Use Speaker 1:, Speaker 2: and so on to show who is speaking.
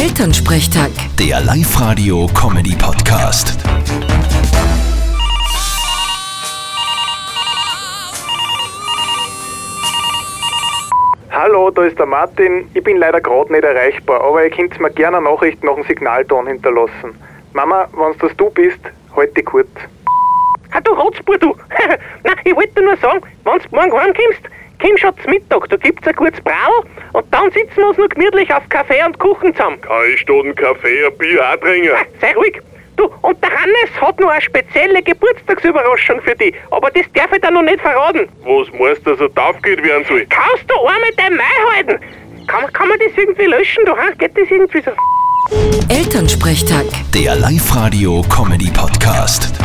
Speaker 1: Elternsprechtag.
Speaker 2: Der Live-Radio-Comedy-Podcast.
Speaker 3: Hallo, da ist der Martin. Ich bin leider gerade nicht erreichbar, aber ihr könnt mir gerne eine Nachricht nach dem Signalton hinterlassen. Mama, wenn's das du bist, halt dich kurz.
Speaker 4: Ah, du Rotzbur, du! Na, ich wollte nur sagen, wenn du morgen heimkommst, komm schon zum Mittag, da gibt's ein gutes Brau und dann sitzen wir uns noch gemütlich auf Kaffee und Kuchen zusammen.
Speaker 5: Drei Stunden Kaffee, ein Bier auch trinken.
Speaker 4: Ah, sei ruhig! Du, und der Hannes hat noch eine spezielle Geburtstagsüberraschung für dich, aber das darf ich dir noch nicht verraten.
Speaker 5: Was meinst du, dass er taufgeht werden soll?
Speaker 4: Kannst du einmal dein Mai halten? Kann, kann man das irgendwie löschen, du? hä? Geht das irgendwie so?
Speaker 1: Elternsprechtag.
Speaker 2: Der Live-Radio-Comedy-Podcast.